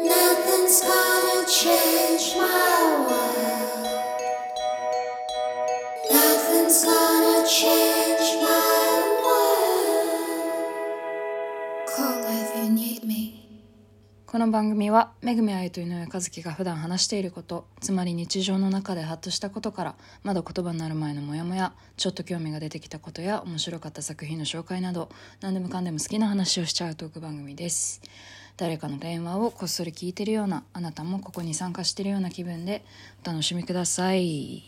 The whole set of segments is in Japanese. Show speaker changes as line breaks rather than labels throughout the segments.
Nothing's gonna change my world. Nothing's gonna change my world. Call if you need me.
この番組はめぐみあゆと井上和樹が普段話していることつまり日常の中でハッとしたことからまだ言葉になる前のモヤモヤちょっと興味が出てきたことや面白かった作品の紹介など何でもかんでも好きな話をしちゃうトーク番組です誰かの電話をこっそり聞いてるようなあなたもここに参加してるような気分でお楽しみください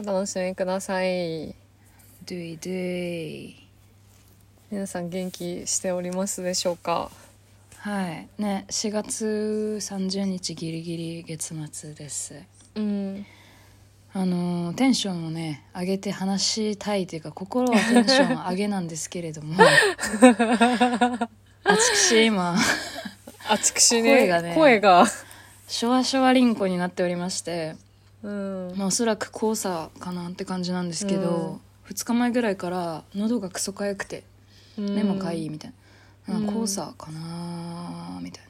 お楽しみください
ドゥイドゥイ
皆さん元気しておりますでしょうか
はいね4月30日ギリギリ月末です
うん
あのーテンションをね上げて話したいというか心はテンション上げなんですけれ ども私今
あつくしね
声がね
声が
ショワショワリンコになっておりまして、
うん
まあ、おそらく黄砂かなって感じなんですけど、2日前ぐらいから喉がクソかゆくて目もかゆいみたいな、
うん
あ黄砂かなみたい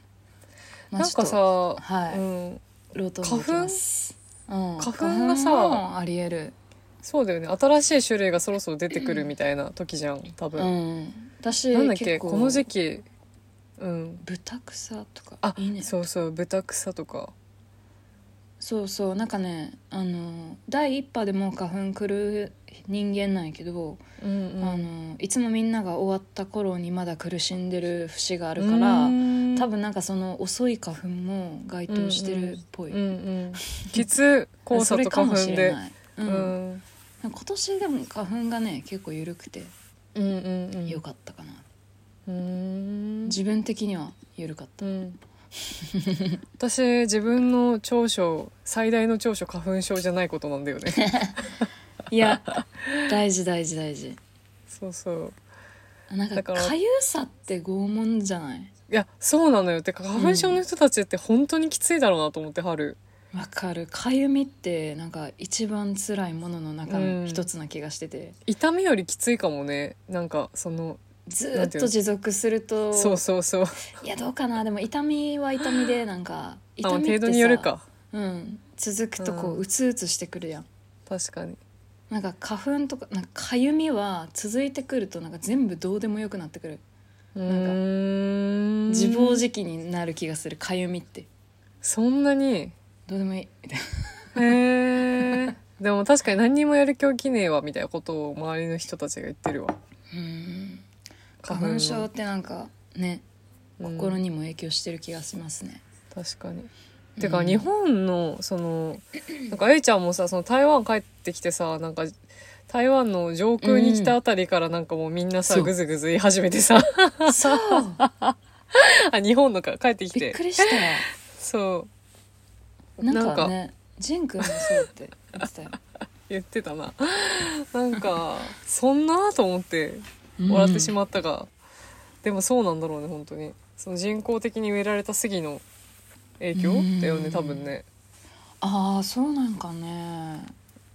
な、まあ
なんか
ち
さ、
ょっはい
うん、
とロートに行きますうん
花粉がさ
花粉もありえる
そうだよね新しい種類がそろそろ出てくるみたいな時じゃん多
う
分、
ん私
なんだっけ
結構
この時期うん
豚草とか
あ
いいね
そうそう豚草とか
そうそうなんかねあの第一波でもう花粉来る人間なんやけど、
うんうん
あのいつもみんなが終わった頃にまだ苦しんでる節があるから、
うん
多分なんかその遅い花粉も該当してるっぽい、
うん うんきつ黄
そ
砂
れ
と
かも
花粉
しれ
で
ない、う
うんん
今年でも花粉がね結構緩くて
うんうんうん
良かったかな、
うん
自分的には緩かった
うん私自分の長所最大の長所花粉症じゃないことなんだ よね
いや 大事大事大事
そうそう
なんか
だから
かゆさって拷問じゃない
いやそうなのよてか花粉症の人たちって本当にきついだろうなと思って春
わかるかゆみってなんか一番辛いものの中の一つな気がしてて、
痛みよりきついかもねなんかその
ずーっと持続すると
そうそうそう
いやどうかなでも痛みは痛みでなんか
あ
痛みって
程
さ
度によるか
うん、続くとこ
う
うんうつうつしてくるやん、
確かに
なんか花粉とかなんかかゆみは続いてくるとなんか全部どうでもよくなってくる
う
なんか
ーん
自暴自棄になる気がするかゆみって
そんなに
どうでもいいみたいな
へえでも確かに何にもやる気起きねえわみたいなことを周りの人たちが言ってるわ
うん花粉症ってなんかね
うん
心にも影響してる気がします ね、
確かに
うん
てか日本のそのなんかあゆちゃんもさその台湾帰ってきてさなんか台湾の上空に来たあたりからなんかもうみんなさ
そう
グズグズ言い始めてさ
そう
あ日本のから帰ってき
びってくりした
そう
なんかねジンくんもそうって言ってたよ
言ってたななんかそんなと思って笑ってしまったが、でもそうなんだろうね本当にその人工的に植えられた杉の影響だよ
うん
ね多分ね、
ああそうなんかね、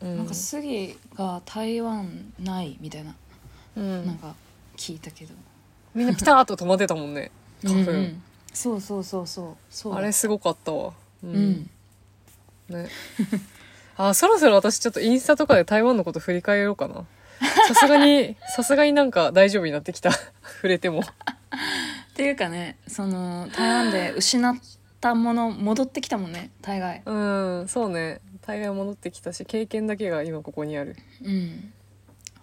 うん、
なんか杉が台湾ないみたいな、
うん
なんか聞いたけど
みんなピタッと止まってたもんね花粉、
うんうんそうそうそうそうそう
あれすごかったわう
うん
ね あそろそろ私ちょっとインスタとかで台湾のこと振り返ろうかなさすが にさすがになんか大丈夫になってきた 触れても
っていうかねその台湾で失ったもの戻ってきたもんね大概
うんそうね大概戻ってきたし経験だけが今ここにある
うん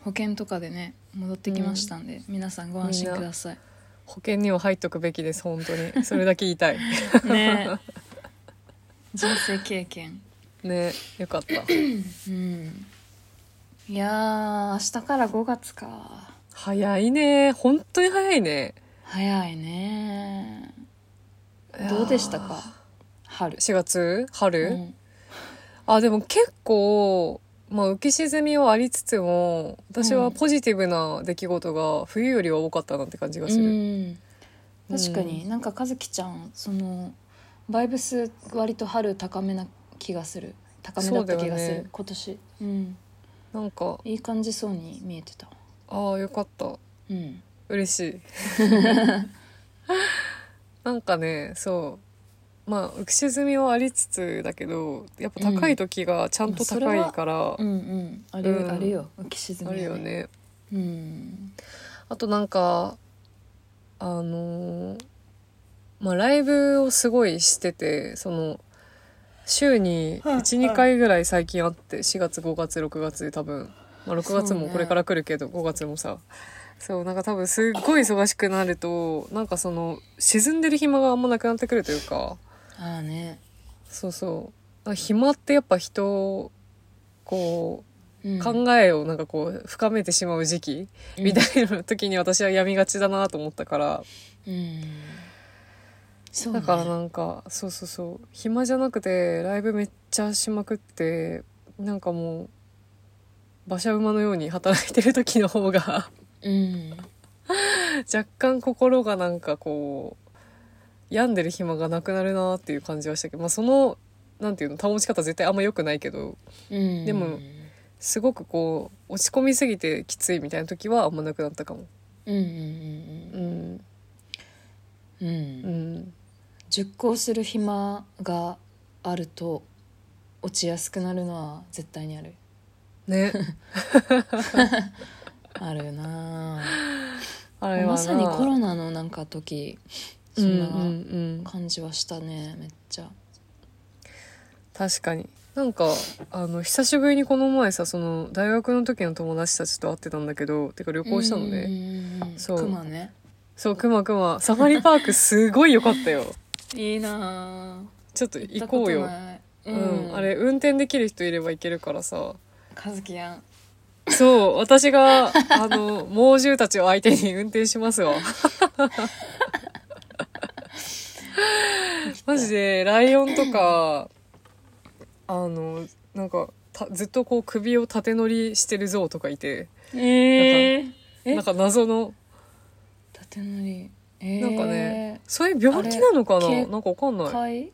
保険とかでね戻ってきましたんで、皆さんご安心ください
保険には入っとくべきです本当にそれだけ言 いたい
ね人生経験
ねよかった
うんいやー明日から5月か
早いね本当に早いね
早いねどうでしたか春、
4月春、
うん
あでも結構、まあ、浮き沈みはありつつも私
う
は
ん
ポジティブな出来事が冬よりは多かったなって感じがす
う
る、
ん、確かに、なんか和樹ちゃんそのバイブス割と春高めな気がする高めだった気がす
そ
る、
うだよね
今年うん
なんか
いい感じそうに見えてた
ああよかった
うん
嬉しいなんかねそうまあ浮き沈みはありつつだけどやっぱ高い時がちゃんと高いから、
うんうんある,、
うん
あるよ浮き沈み
あ
は
るよね
うん
あとなんかあのーまあライブをすごいしててその週に12、回ぐらい最近あって4月5月6月で多分、まあ、6月
そう
も
ね
これから来るけど、5月もさそうなんか多分すっごい忙しくなるとなんかその沈んでる暇があんまなくなってくるというか
ああね、
そうそうなんか暇ってやっぱ人をこ
うん
う考えをなんかこう深めてしまう時期、
うん
みたいな時に私はやみがちだなと思ったから、
うんそうね
だからなんかそうそうそう暇じゃなくてライブめっちゃしまくってなんかもう馬車馬のように働いてる時の方が
うん
若干心がなんかこう病んでる暇がなくなるなっていう感じはしたけど、まあ、そのなんていうの保ち方絶対あんま良くないけど
うん
でもすごくこう落ち込みすぎてきついみたいな時はあんまなくなったかも。
うんうん
うん
うんうんう
うんん
熟考する暇があると落ちやすくなるのは絶対にある
ね
あるなあ
あれはな
まさにコロナのなんか時そん
うんうん
な
うん
感じはしたねめっちゃ
確かになんかあの久しぶりにこの前さその大学の時の友達たちと会ってたんだけどてか旅行したのね、
ね
そう
熊ね
そうくまくまサファリパークすごい良かったよ
いいなあ
ちょっと行こう
行っ
よ、
たとないううんん
あれ運転できる人いれば行けるからさ
和樹やん
そう私があの猛獣たちを相手に運転します わマジでライオンとかあのなんかたずっとこう首を縦乗りしてる象とかいて
えええ
なんか謎の
縦乗りええ
なんかねそういう病気なのか
あれ
な
け
なんかわかんない
貝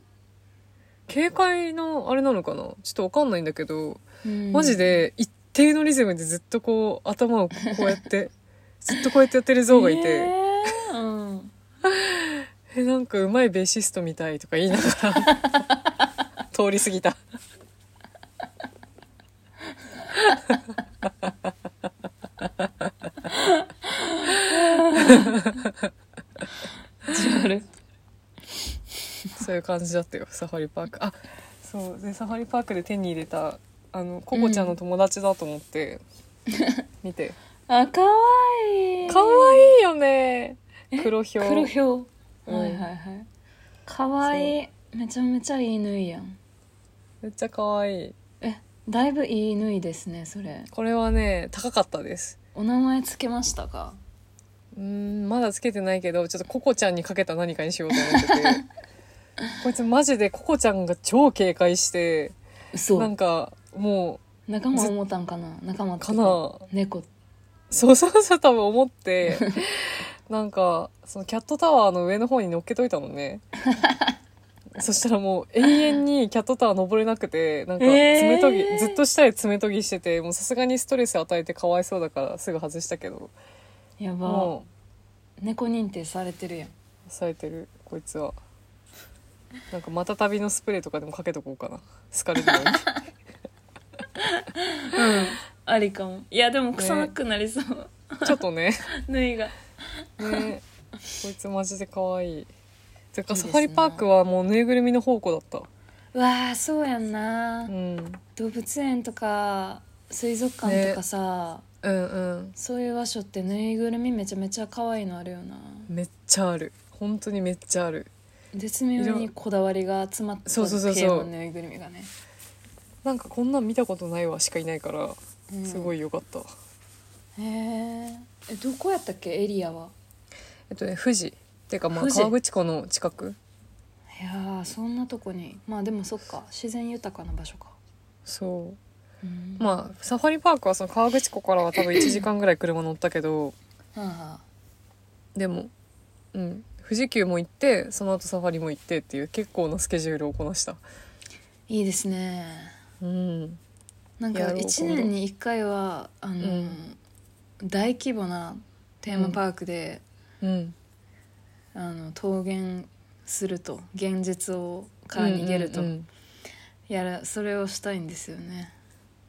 警戒のあれなのかなちょっとわかんないんだけど
うん
マジで一定のリズムでずっとこう頭をこうやってずっとこうやってやってる象がいて。
ええうん
えなんかうまいベーシストみたいとか言いながら 通り過ぎた
じゃある
そういう感じだったよサファリパークあそうでサファリパークで手に入れたあのココちゃんの友達だと思って、見て
あ可愛い
かわいいよね黒ひょう
黒ひょう、
うん
はいはいはい可愛いめちゃめちゃいい縫いやん
めっちゃかわいい
えだいぶいい縫いですねそれ
これはね高かったです
お名前つけましたか
うーんまだつけてないけどちょっとココちゃんにかけた何かにしようと思って てこいつマジでココちゃんが超警戒して
嘘
なんかもう
仲間思ったんかな仲間って
かな
猫
そうそうそう多分思って、 なんか、そのキャットタワーの上の方に乗っけといたの ね。そしたらもう永遠にキャットタワー登れなくて、なんか
えー
爪研ぎ、ずっと下で爪研ぎしてて、もうさすがにストレス与えてかわいそうだからすぐ外したけど、
やば
も
猫認定されてるやん
う抑えてる、こいつは。なんかまた旅のスプレーとかでもかけとこうかな。好かれるように。
ありかもいやでも
臭
くなりそう、
ちょっとね。
縫いが
ねこいつマジでかわいい。て
い
か
いです
サ
ね
ファリパークはもうぬいぐるみの宝庫だった。
わあそうやんな、
うん。
動物園とか水族館とかさ、
うんうん
そういう場所ってぬいぐるみめちゃめちゃ可愛いのあるよな
めっちゃある本当にめっちゃある
絶妙にこだわりが詰まった
そうそうそうそう
系のぬいぐるみがね、
なんかこんなん見たことないわしかいないから
うん
すごい良かった、
へええどこやったっけエリアは
えっとね富士っていうかまあ
富士
河口湖の近く
いやーそんなとこにまあでもそっか自然豊かな場所か、
そう
うん、
まあサファリパークはその河口湖からは多分1時間ぐらい車乗ったけど
は
でもうん富士急も行ってその後サファリも行ってっていう結構なスケジュールをこなした
いいですね
うん
なんか
やろう
1年に1回はあの、大規模なテーマパークで、
うん
あの桃源すると現実をから逃げると、
うんうんうん
やらそれをしたいんですよね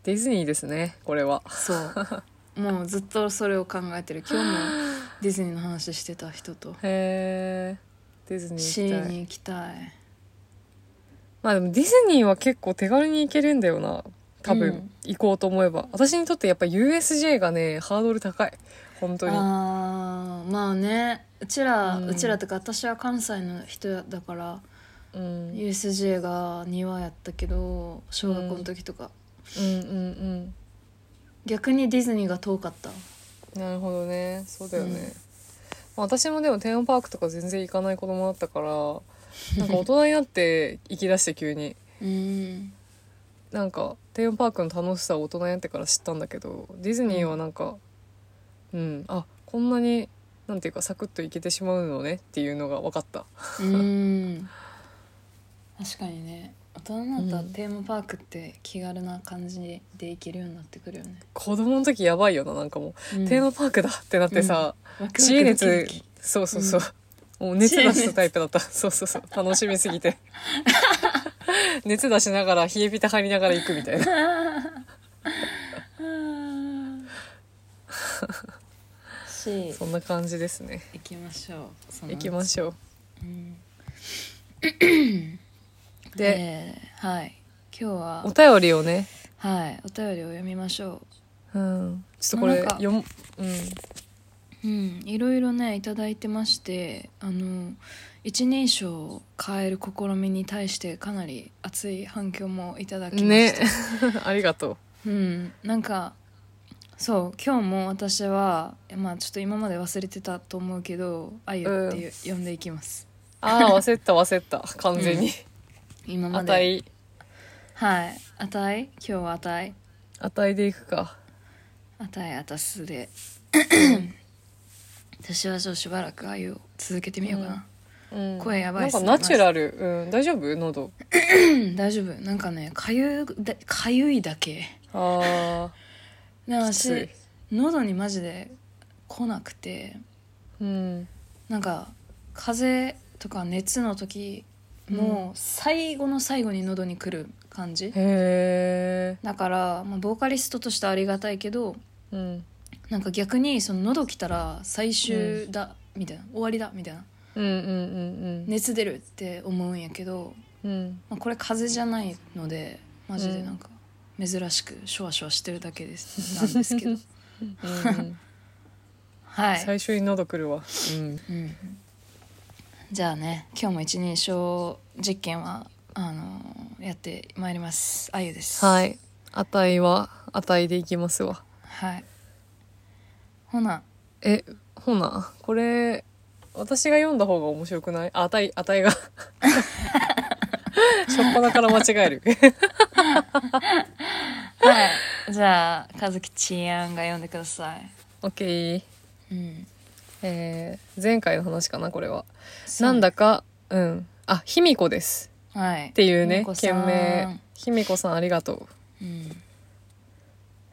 ディズニーですねこれは
そう もうずっとそれを考えてる今日も ディズニーの話してた人と
へえディズニ
シ
ー
ー
行きたい
に行きたい
まあでもディズニーは結構手軽に行けるんだよな多分、
うん
行こうと思えば私にとってやっぱ USJ がねハードル高い本当に
あーまあねうちら、
う
うんちらとか私は関西の人だから
うん
USJ が庭やったけど小学校の時とか、
うんうん
逆にディズニーが遠かった
うんなるほどねそうだよね、
うん
まあ私もでもテーマパークとか全然行かない子供だったからなんか大人になって行きだして急に
うん
なんかテーマパークの楽しさを大人になってから知ったんだけどディズニーはなんかうん、あこんなになんていうかサクッと行けてしまうのねっていうのが分かった
うん 確かにね大人になったらテーマパークって気軽な感じで行けるようになってくるよね、
子供の時やばいよななんかも
う
う、
ん
テーマパークだってなってさ、
ワクワク
知恵
ド
熱
キドキ
そうそうそう、もう熱出すタイプだったそうそうそう楽しみすぎて 熱出しながら冷えピタ張りながら行くみたいな
し
そんな感じですね
行きましょうその
行きましょ
うん
うで、
えーはい今日は
お便りをね
はいお便りを読みましょ
うんちょっとこれ
なんか
読むうん
ううんいろいろねいただいてましてあの一人称を変える試みに対してかなり熱い反響もいただきまし
ね
た、
ありがと
うんなんかそう今日も私はまあちょっと今まで忘れてたと思うけど「あゆ」っていう、呼んでいきます
うああ忘れた忘れた完全に、
今まで
値
はい「あたい」今日は「あたい」
値でいくか
あたいあたすで私はちょっとしばらくあゆを続けてみようかな、
うん
声やばいっす
なん
ね
かナチュラル、うん、大丈夫喉
うん大丈夫なんかねかゆうだかゆいだけ
あ
な
あ
私喉にマジで来なくて
うん
なんか風邪とか熱の時もう最後の最後に喉に来る感じ、
へえ
だから、まあ、ボーカリストとしてありがたいけど
うん
なんか逆にその喉来たら最終だ、みたいな終わりだみたいな
うんうんうんうん
熱出るって思うんやけど
うん
まあ、これ風邪じゃないのでマジでなんか珍しくシュワシュワしてるだけですなんですけど
うんうん
はい、
最初に喉くるわうん
うん、じゃあね今日も一人称実験はあのやってまいりますあゆです
はい値は値でいきますわ
はいほな
えほなこれ私が読んだ方が面白くないあ値値 が初っ端から間違える
はいじゃあ和樹ちやんが読んでください
オッケー
うん
えー前回の話かなこれはなんだかうんあ卑弥呼です
はいっ
っていうね件名卑弥呼さんありがとう
うん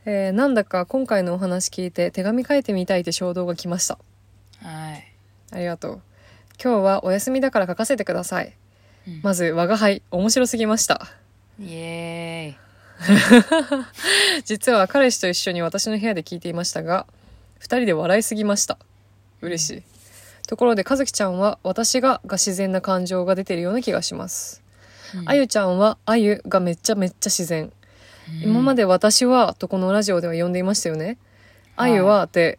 えーなんだか今回のお話聞いて手紙書いてみたいって衝動が来ました
はい、
ありがとう今日はお休みだから書かせてください
うん
まず我が輩面白すぎました
イエーイ
実は彼氏と一緒に私の部屋で聞いていましたが2人で笑いすぎました嬉しいところで和樹ちゃんは「私が」が自然な感情が出てるような気がします
うん
あゆちゃんは「あゆ」がめっちゃめっちゃ自然今まで私はとこのラジオでは呼んでいましたよね。
は
あ
い
ゆはって、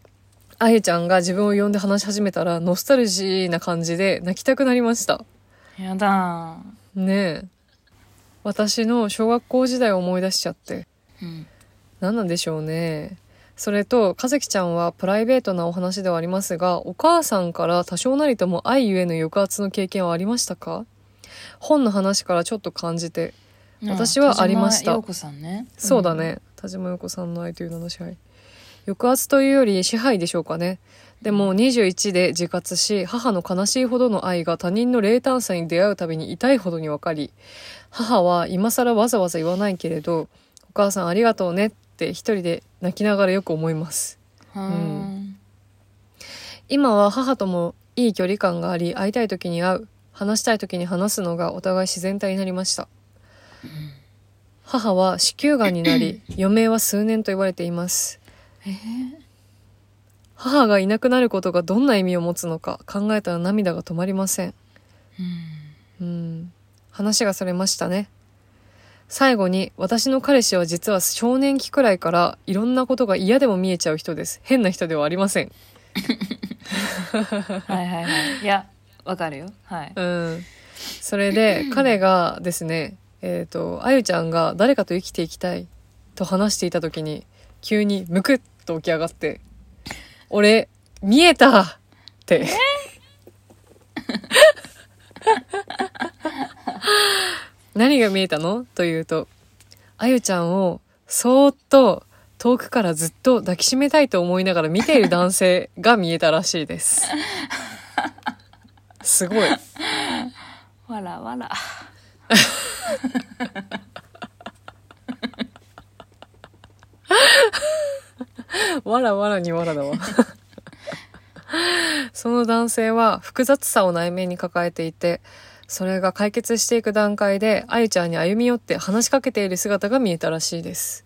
あゆちゃんが自分を呼んで話し始めたらノスタルジーな感じで泣きたくなりました。
やだ
ねえ。私の小学校時代を思い出しちゃって。
ーうん
何なんでしょうね。それと、かずきちゃんはプライベートなお話ではありますが、お母さんから多少なりとも愛ゆえの抑圧の経験はありましたか本の話からちょっと感じて、私はありまし
田
た
島陽子さんね
そうだね、田島陽子さんの愛という名の支配抑圧というより支配でしょうかねでも21で自活し母の悲しいほどの愛が他人の冷淡さに出会うたびに痛いほどに分かり母は今更わざわざ言わないけれど「お母さんありがとうね」って一人で泣きながらよく思います
うんはーん
今は母ともいい距離感があり会いたい時に会う話したい時に話すのがお互い自然体になりました母は子宮がんになり余命は数年と言われています
えー
母がいなくなることがどんな意味を持つのか考えたら涙が止まりませんうん話がそれましたね最後に私の彼氏は実は少年期くらいからいろんなことが嫌でも見えちゃう人です変な人ではありません
はいはいはいいやわかるよはい
うんそれ で彼がですねえっ、とあゆちゃんが誰かと生きていきたいと話していた時に急にムクッと起き上がって「俺見えた!」って 何が見えたのというとあゆちゃんをそーっと遠くからずっと抱きしめたいと思いながら見ている男性が見えたらしい です。すごい。
わらわら
わらわらにわらだわ。 その男性は複雑さを内面に抱えていて、それが解決していく段階で、あゆちゃんに歩み寄って話しかけている姿が見えたらしいです。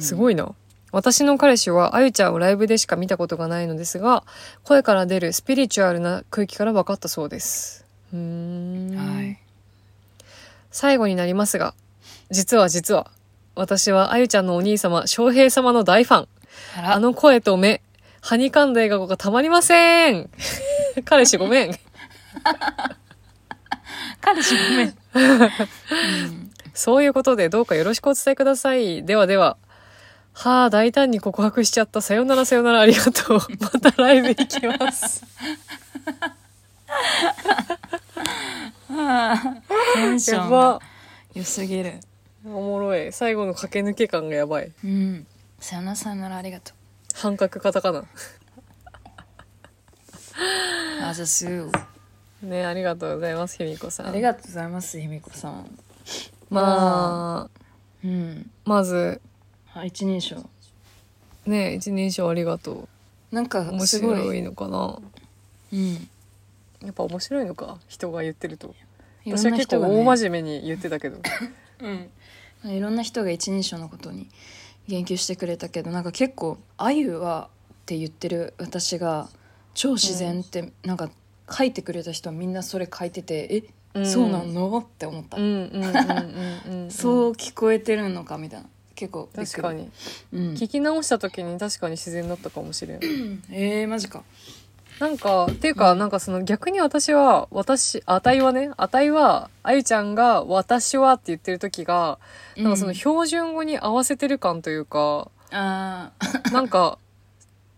す
い
ごいな。私の彼氏はあゆちゃんをライブでしか見たことがないのですが、声から出るスピリチュアルな空気から分かったそうです。うーん。
はい
最後になりますが、実は実は、私はあゆちゃんのお兄様、翔平様の大ファン。
あ
あ
ら
の声と目、はにかんだ笑顔がたまりません。 彼氏ごめん。
彼氏ごめん
そういうことでどうかよろしくお伝えください。ではでは。はあ、大胆に告白しちゃった。さよならさよならありがとう。 またライブ行き ます。
テンショ
や
ンが
ば。
良すぎる
おもろい。最後の駆け抜け感がやばい。
うんさよならさよならありがとう
半角カタカナ。
あざす
ねありがとうございます、ひみこさん。
ありがとうございますひみこさん
まあ、
うん
まず、
あ一人称
ね一人称ありがと
なんか
う。面
すごい
白いのかな。
うん
やっぱ面白いのか、人が言ってると。
いろ
私
ん
は
な人
結構
が、
大
ね
真面目に言ってたけど。
うん、いろんな人が一人称のことに言及してくれたけどなんか結構「あゆは」って言ってる私が「超自然」ってなんか書いてくれた人はみんなそれ書いてて「え、
うん
そうなの?」って思った、
うんうんうんうんうん、うん、
そう聞こえてるのかみたいな結構びっくり
確か、に
うん、
聞き直した時に確かに自然だったかもしれん
えー、マジか
なんかっていうか、なんかその逆に私は私あたいはねあたいはあゆちゃんが「私は」って言ってる時がなんかその標準語に合わせてる感という か、
あー
なんか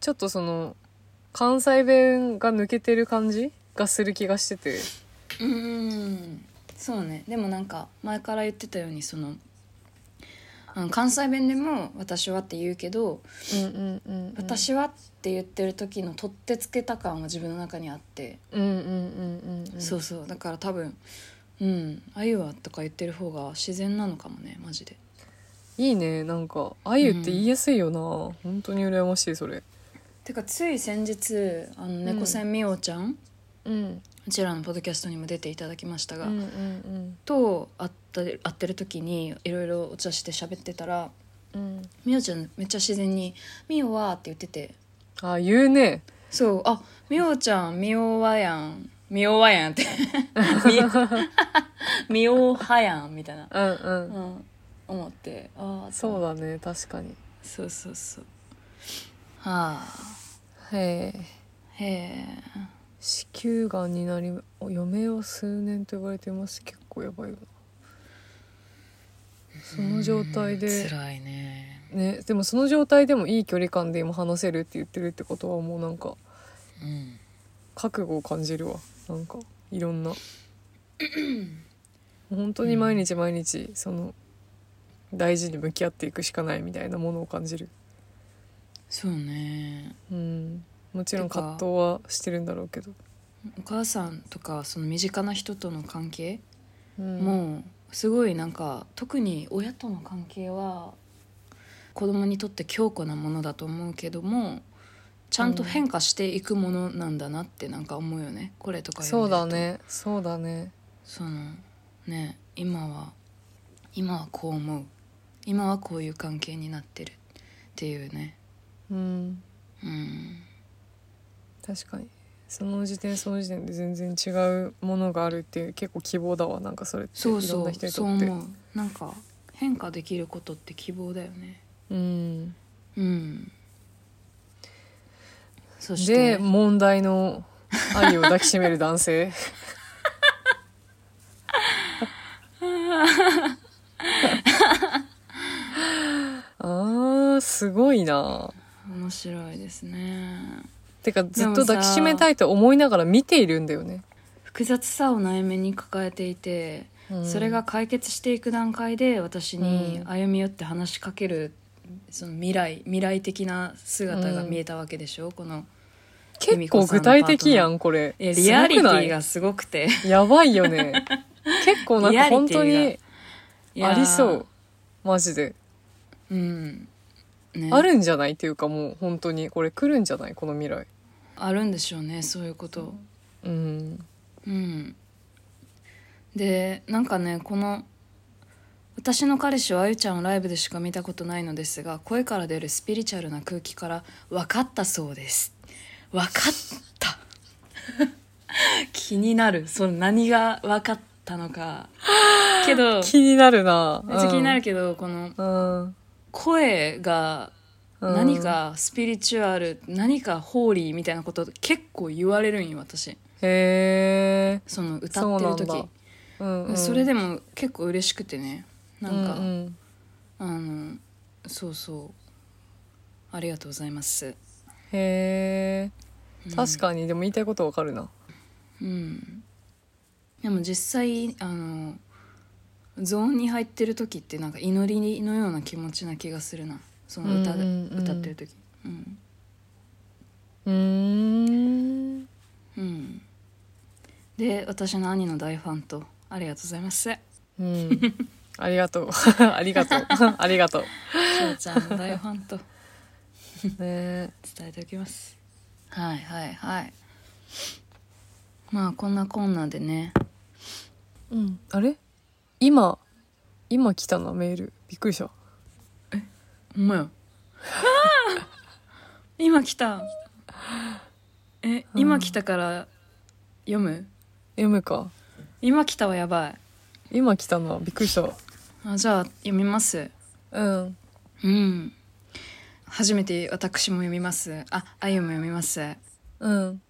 ちょっとその関西弁が抜けてる感じがする気がしてて
うーんそうねでもなんか前から言ってたようにそのあの関西弁でも「私は」って言うけど
うんうんうん、う
「
ん、
私は」って言ってる時の取ってつけた感は自分の中にあって、
うんうんうんうんうん
そうそうだから多分「うんあゆは」とか言ってる方が自然なのかもねマジで
いいねなんかあゆって言いやすいよな、本当に羨ましいそれ
てかつい先日あの猫背みおちゃん、う
うん
ちらのポッドキャストにも出ていただきましたが、
うんうん
と会った会ってる時にいろいろお茶して喋ってたら
うんうん
みおちゃんめっちゃ自然に「みおは」って言ってて
あ言うね
そう「あみおちゃんみおはやんみおはやん」 って 「みみおはやん」みたいな、
うんうん、
うん、思ってああ
そうだね確かに
そうそうそうはあ
へえ
へえ
子宮がんになり余命は数年と言われています結構やばいよなその状態で
辛いね
ねでもその状態でもいい距離感で今話せるって言ってるってことはもうなんか
うん
覚悟を感じるわなんかいろ んな本当に毎日毎日その大事に向き合っていくしかないみたいなものを感じる
そうね
うんもちろん
てか
葛藤はしてるんだろうけど、
お母さんとかその身近な人との関係
うん、
もうすごいなんか特に親との関係は子供にとって強固なものだと思うけどもちゃんと変化していくものなんだなってなんか思うよねこれとか
そ
読
うん
でる
だ
と
ねそうだね
そのね今は今はこう思う今はこういう関係になってるっていうね
うん
うん
確かにその時点その時点で全然違うものがあるっていう結構希望だわなんかそれって
そう
いろん
そ
な
う
人に
そう
とって
思うなんか変化できることって希望だよね
うん
うんそし
で
て
問題の愛を抱きしめる男性 あーすごいな
面白いですね
てかずっと抱きしめたいと思いながら見ているんだよね、
複雑さを内面に抱えていて、
うん
それが解決していく段階で私に
うん
歩み寄って話しかけるその未来未来的な姿が見えたわけでしょ、この
結構具体的やんこれ
えリアリテ
すごく
ィ
な
がすごくて
いやばいよね結構なんか本当
リアリ
に
いや
ありそうマジで
うん、ね、
あるんじゃないっていうかもう本当にこれ来るんじゃないこの未来
あるんでしょうねそういうこと
うん
うんでなんかねこの「私の彼氏はあゆちゃんをライブでしか見たことないのですが声から出るスピリチュアルな空気から分かったそうです分かった 気になるその何が分かったのかけどめっち
気になるな
ゃ気になるけどこの
うん、うん
声が
うん
何かスピリチュアル何かホーリーみたいなこと結構言われるんよ私
へえ
その歌ってる時
そうなんだうんうん、
それでも結構嬉しくてねなんか、
ううん
あのそうそうありがとうございます
へえ確かにでも言いたいことわかるな
うんでも実際あのゾーンに入ってる時ってなんか祈りのような気持ちな気がするなその歌,、
うんうんうん
歌ってる時うん、
うーん
うん、で私の兄の大ファンとありがとうございますし
うん ありがとう ありがとう ありがとう
ょうちゃんの大ファンと
ね
伝えておきますはいはいはいまあこんなこんなでね
うんあれ今今来たなメールびっくりした
ほんまや今来たえ今来たから読む
読むか
今来たはやばい
今来たなびっくりした
あじゃあ読みます
うん
うん初めて私も読みますああゆも読みます
うん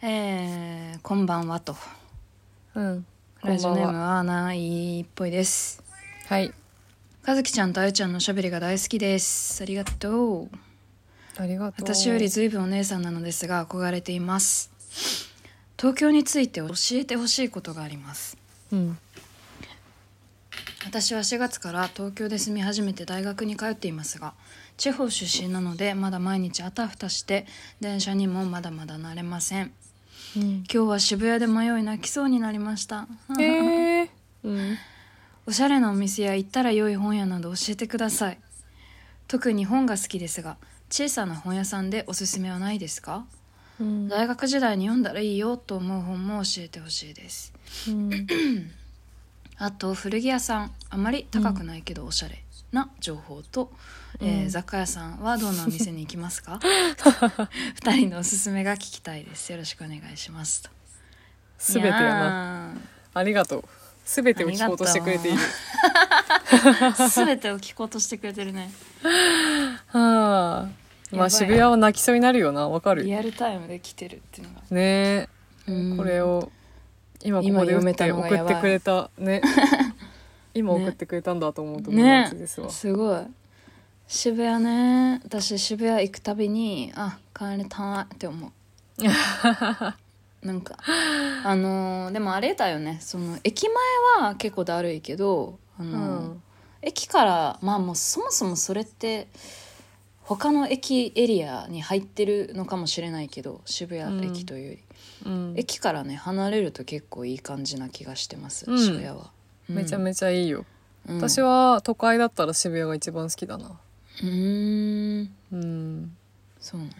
えー、こんばんはと
うんこ
ラ
ん
ジ
ば
オ
ん
ネーム
は
はないっぽいです
はい
かずきちゃんとあゆちゃんのおしゃべりが大好きですありがとう
ありがとう
私よりずいぶんお姉さんなのですが憧れています東京について教えてほしいことがあります
うん
私は4月から東京で住み始めて大学に通っていますが地方出身なのでまだ毎日あたふたして電車にもまだまだ慣れません
うん
今日は渋谷で迷い泣きそうになりました
へえうん
おしゃれなお店や行ったら良い本屋など教えてください特に本が好きですが小さな本屋さんでおすすめはないですか
うん
大学時代に読んだらいいよと思う本も教えてほしいです
うん
あと古着屋さんあまり高くないけどおしゃれな情報と、えー
うん
雑貨屋さんはどんなお店に行きます か二人のおすすめが聞きたいですよろしくお願いしますと
すべてやな
な
ありがとうすべてを聞こうとしてくれている
全てを聞こうとしてくれてるね
はあ
や
ま
ば
あ
い
渋谷は泣きそうになるよなわかる
リ
ね
アルタイムで来てるっていうのが
え
うん
これを今こ
今
こで
読
打
め
ったて
のが
送
や
っ
ばい
てくれた ね今送ってくれたんだと思うと友
ね
達ですわ
すごい渋谷ね私渋谷行くたびにあ帰れたって 思うなんかあのーでもあれだよねその駅前は結構だるいけどあ
う
のー
ん
駅からまあもうそもそもそれって他の駅エリアに入ってるのかもしれないけど渋谷駅というより、
うん
駅からね離れると結構いい感じな気がしてます、
うん
渋谷は、うん
めちゃめちゃいいよ
うん
私は都会だったら渋谷が一番好きだな
うーん
うん
そうなんや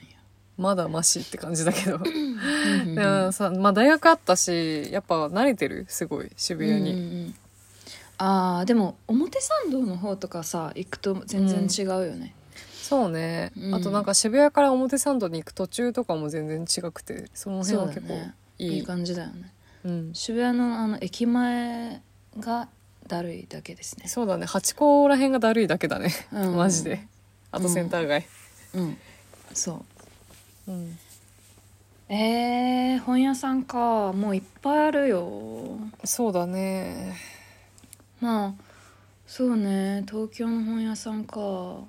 まだマシって感じだけど
うんうん
でもさまあ大学あったしやっぱ慣れてるすごい渋谷
うん
に、
うんうんあーでも表参道の方とかさ行くと全然違うよね、
そうね、
うん
あとなんか渋谷から表参道に行く途中とかも全然違くてその辺
そう
は
だ
結構
ね
い
い
い
い感じだよね
うん、
渋谷のあの駅前がだるいだけですね
そうだね八甲ら辺がだるいだけだね、
うん
マジであとセンター街、
うんそう
うん
えー、本屋さんかもういっぱいあるよ
そうだね
まあそうね東京の本屋さんか、ま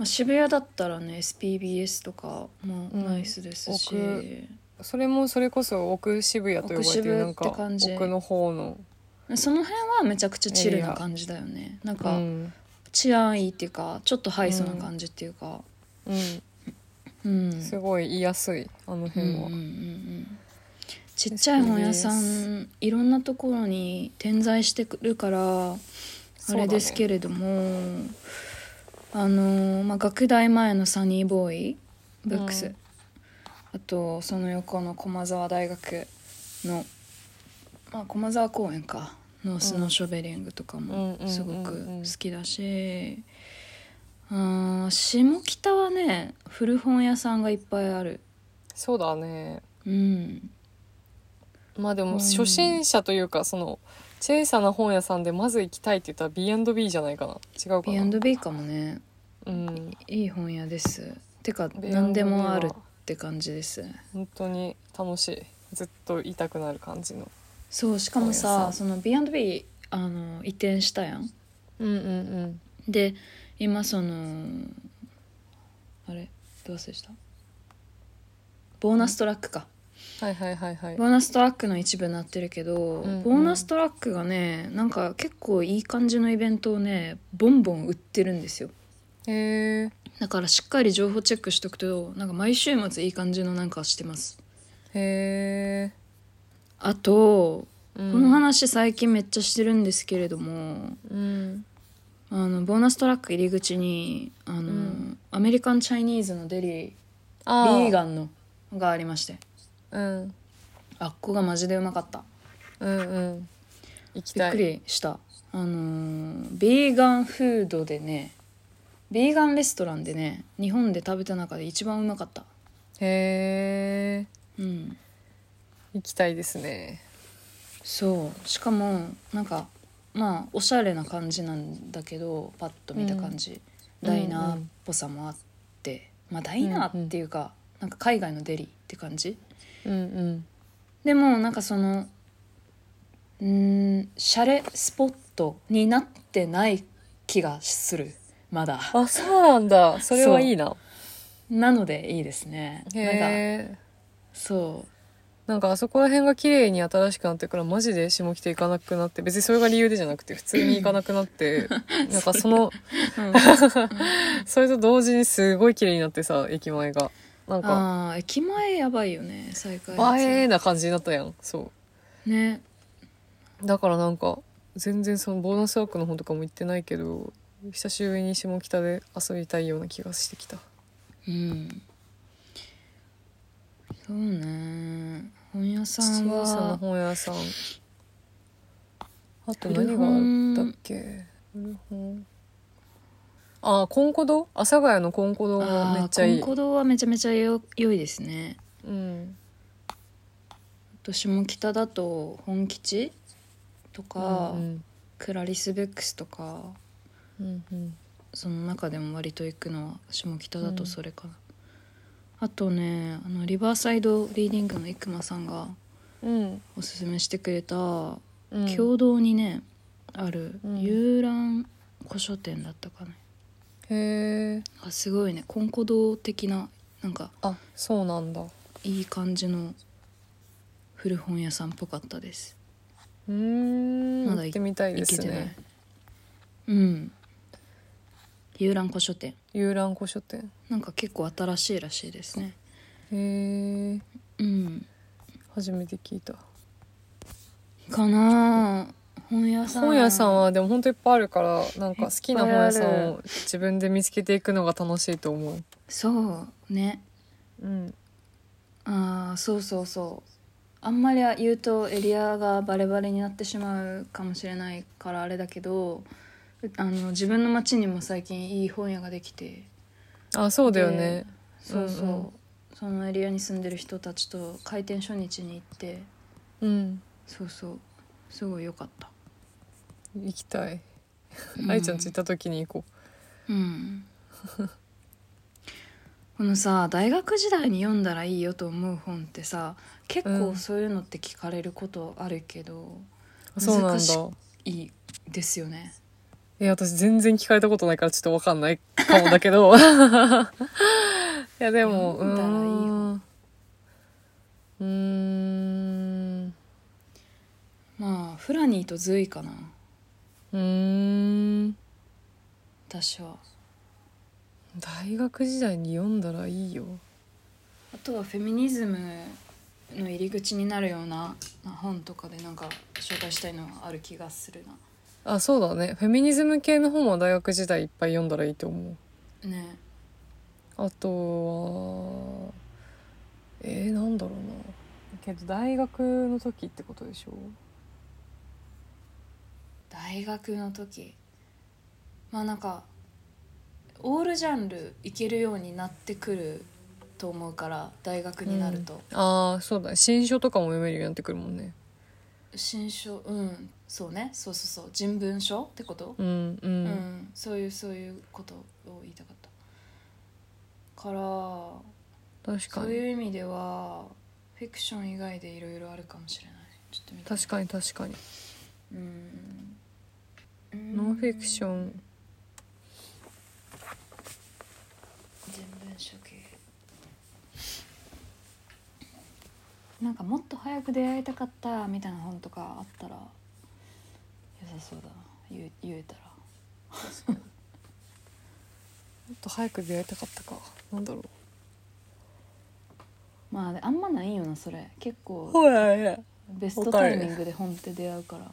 あ、渋谷だったらね SPBS とかも
うん
ナイスですし、
それもそれこそ奥渋谷と呼ばれてるなん
奥渋
か
って感じ
奥の方の、
その辺はめちゃくちゃチルな感じだよねなん
う
か
ん
治安いいっていうかちょっとハイソな感じっていうか
うん、
うん、うん、
すごい言いやすいあの辺は、
うんうんうんうんちっちゃい本屋さんいろんなところに点在してくるからあ
そうだね
れですけれども、あのまあ学大前のサニーボーイブックス、
うん
あとその横の駒沢大学の、まあ、駒沢公園かのスノーショベリングとかも
うん
すご
うんうんうんう
く
ん
好きだし、あー下北はね古本屋さんがいっぱいある。
そうだね
うん
まあで
うん
も初心者というかその小さな本屋さんでまず行きたいって言ったら B&B じゃないかな違うかな
B&B かもね
うん
いい本屋ですてか
B&B
何でもある
は
って感じです
本当に楽しいずっといたくなる感じの
そうしかも
本屋さ
さ
ん
その B&B あの移転したやん
うんうん
で今そのあれどう忘れしたボーナストラックか
はいはいはいはい
ボーナストラックの一部になってるけど、
うんうん
ボーナストラックがねなんか結構いい感じのイベントをねボンボン売ってるんですよ
へえ
だからしっかり情報チェックしとくとなんか毎週末いい感じのなんかしてます
へえ
あと、
こ
この話最近めっちゃしてるんですけれども
うん
あのボーナストラック入り口にあの、
ん
アメリカンチャイニーズのデリー
あー
ビーガンのがありまして
うん
あっこがマジでうまかった
うんうん行き
び
た
っ
い
くりしたあのービーガンフードでねビーガンレストランでね日本で食べた中で一番うまかった
へえ
うん
行きたいですね
そうしかもなんかまあおしゃれな感じなんだけどパッと見た感じ、
うん
ダイナーっぽさもあって、まあダイナーっていうか、なんか海外のデリって感じ
うん
でもなんかそのうーんシャレスポットになってない気がするまだ
うんあそうなんだそれはいいな
なのでいいですね
へ
なんか
え
そ
なんかあそこら辺が綺麗に新しくなってからマジで下北行かなくなって別にそれが理由でじゃなくて普通に行かなくなって なんかそ
う、
の
うん、
それと同時にすごい綺麗になってさ駅前がなんか
あー駅前やばいよね再開
「映え!」
発
な感じになったやんそ
ね
うだからなんか全然そのボーナスワークの方とかも行ってないけど久しぶりに下北で遊びたいような気がしてきた
うんそうね本屋さん
小さな
は
本屋さんあと何があったっけ古本ああコンコ堂阿佐ヶ谷のコンコ堂もめっちゃいい
コンコ堂はめちゃめちゃよ良いですね
うん
あと下北だと本吉とか、
うん
クラリス・ベックスとか
うんうん
その中でも割と行くのは下北だ
う
と
ん
それかな、あとねあのリバーサイドリーディングの生駒さんが
うん
おすすめしてくれた
うん
共同にね、ある
うん
遊覧古書店だったかね、
へえ
あすごいねコンコ堂的ななんか
あそうなんだ
いい感じの古本屋さんっぽかったです
うーん
まだ
行ってみたい
行
で
け
す
てない、
ね
うん遊覧古書店
遊覧古書店
なんか結構新しいらしいですね
へえ
うん
初めて聞いた
かなあ本屋さん
本屋さんはでも本当いっぱいあるからなんか好きな本屋さ
いっぱいあ
ん
る
を自分で見つけていくのが楽しいと思う
そうね
うん
ああそうそうそうあんまり言うとエリアがバレバレになってしまうかもしれないからあれだけどうあの自分の町にも最近いい本屋ができて
あそうだよね
そうそう、
うんうん
そのエリアに住んでる人たちと開店初日に行って
うん
そうそうすごい良かった
行きたい
うん
愛ちゃんち行った時に行こ
うんこのさ大学時代に読んだらいいよと思う本ってさ結
う
構
ん
そういうのって聞かれることあるけど、
うそうなん
難しい
だ
いいですよね
いや私全然聞かれたことないからちょっとわかんないかもだけど いやでも
読んだらいいよ
うーん
まあフラニーとズイかな
うーん
私は
大学時代に読んだらいいよ
あとはフェミニズムの入り口になるようなな本とかでなんか紹介したいのはある気がする
あそうだねフェミニズム系の本は大学時代いっぱい読んだらいいと思う
なね
あとはえー、なんだろうなけど大学の時ってことでしょ
大学の時まあなんかオールジャンルいけるようになってくると思うから大学になると、
ああそうだね新書とかも読めるようになってくるもんね
新書うんそうねそうそうそう人文書ってこと
うんう、
うんん、そういうそういうことを言いたかったから
確か
そう
に
いう意味ではフィクション以外でいろいろあるかもしれないちょっと見て
確かに確かに
うんうん
ノンフィクション
全文書系なんかもっと早く出会いたかったみたいな本とかあったら良さそうだな言う言えたら
もっと早く出会いたかったかなんだろう
まあであんまないよなそれ結構
ほやいや
ベストタイミングで本って出会うから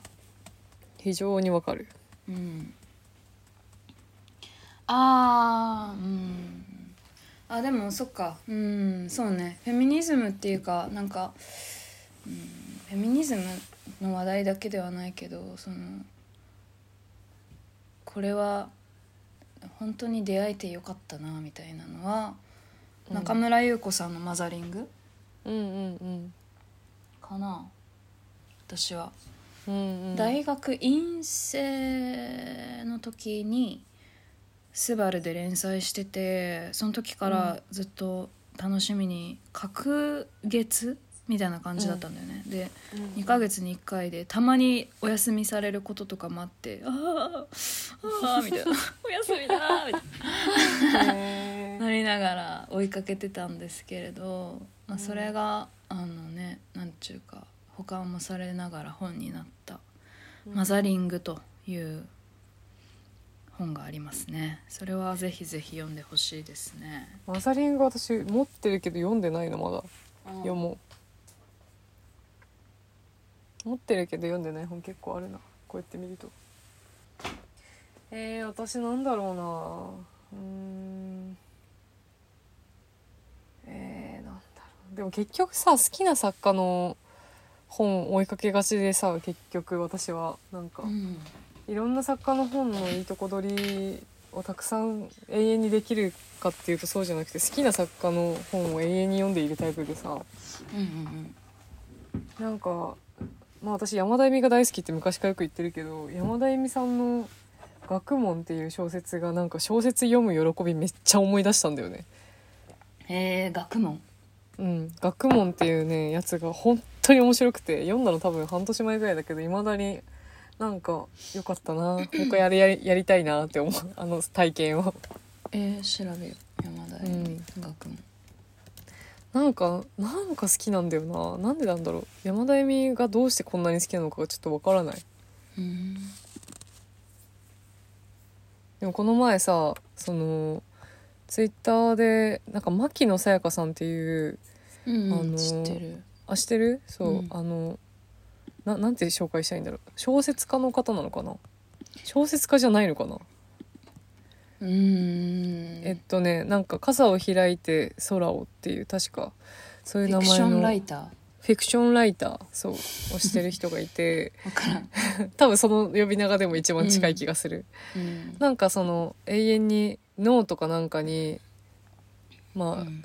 非常にわかる
うんあーうんあでもそっかうんそうねフェミニズムっていうかなんか、うん、フェミニズムの話題だけではないけどそのこれは本当に出会えてよかったなみたいなのは、
うん
中村優子さんの「マザリング
うんうんうん」
かな私は。
うんうん
大学院生の時に「スバルで連載しててその時からずっと楽しみに隔月みたいな感じだったんだよね、で2ヶ月に1回でたまにお休みされることとかもあって「あーあー」みたいな「お休みだー」みたい
へ
な
ー
なりながら追いかけてたんですけれど、まあ、それがあのねなんちゅうか保管もされながら本になったマザリングという本がありますね。それはぜひぜひ読んでほしいですね。
マザリング私持ってるけど読んでないのまだ読もう持ってるけど読んでない本結構あるなこうやって見るとえー、私なんだろうなうーんえー、なんだろうでも結局さ好きな作家の本を追いかけがちでさ結局私はなんか、
うん、
いろんな作家の本のいいとこ取りをたくさん永遠にできるかっていうとそうじゃなくて好きな作家の本を永遠に読んでいるタイプでさ、
うんうん
なんか、まあ、私山田恵美が大好きって昔からよく言ってるけど山田恵美さんの「学問」っていう小説がなんか小説読む喜びめっちゃ思い出したんだよね。
うん。えー、学問。
うん、学問っていうねやつが本当に面白くて読んだの多分半年前ぐらいだけどいまだになんか良かったなもう一回あれやり やりたいなって思うあの体験を。
えー、調べよう山田
う
恵美
ん
学問。
なんかなんか好きなんだよななんでなんだろう山田恵美がどうしてこんなに好きなのかがちょっとわからない。
うん。
でもこの前さそのツイッターでなんか牧野さやかさんっていう
うん、
あの
知ってる。
あしてるそう、
うん
あのななんて紹介したいんだろう小説家の方なのかな小説家じゃないのかな
うーん
えっとねなんか「傘を開いて空を」っていう確かそういう
フィ
名
ク
前
ション
の
ライターわ
フィクションライターそうをしてる人がいて
からん、
多分その呼び名がでも一番近い気がする、
うん
なんかその永遠に脳とかなんかにまあ、
うん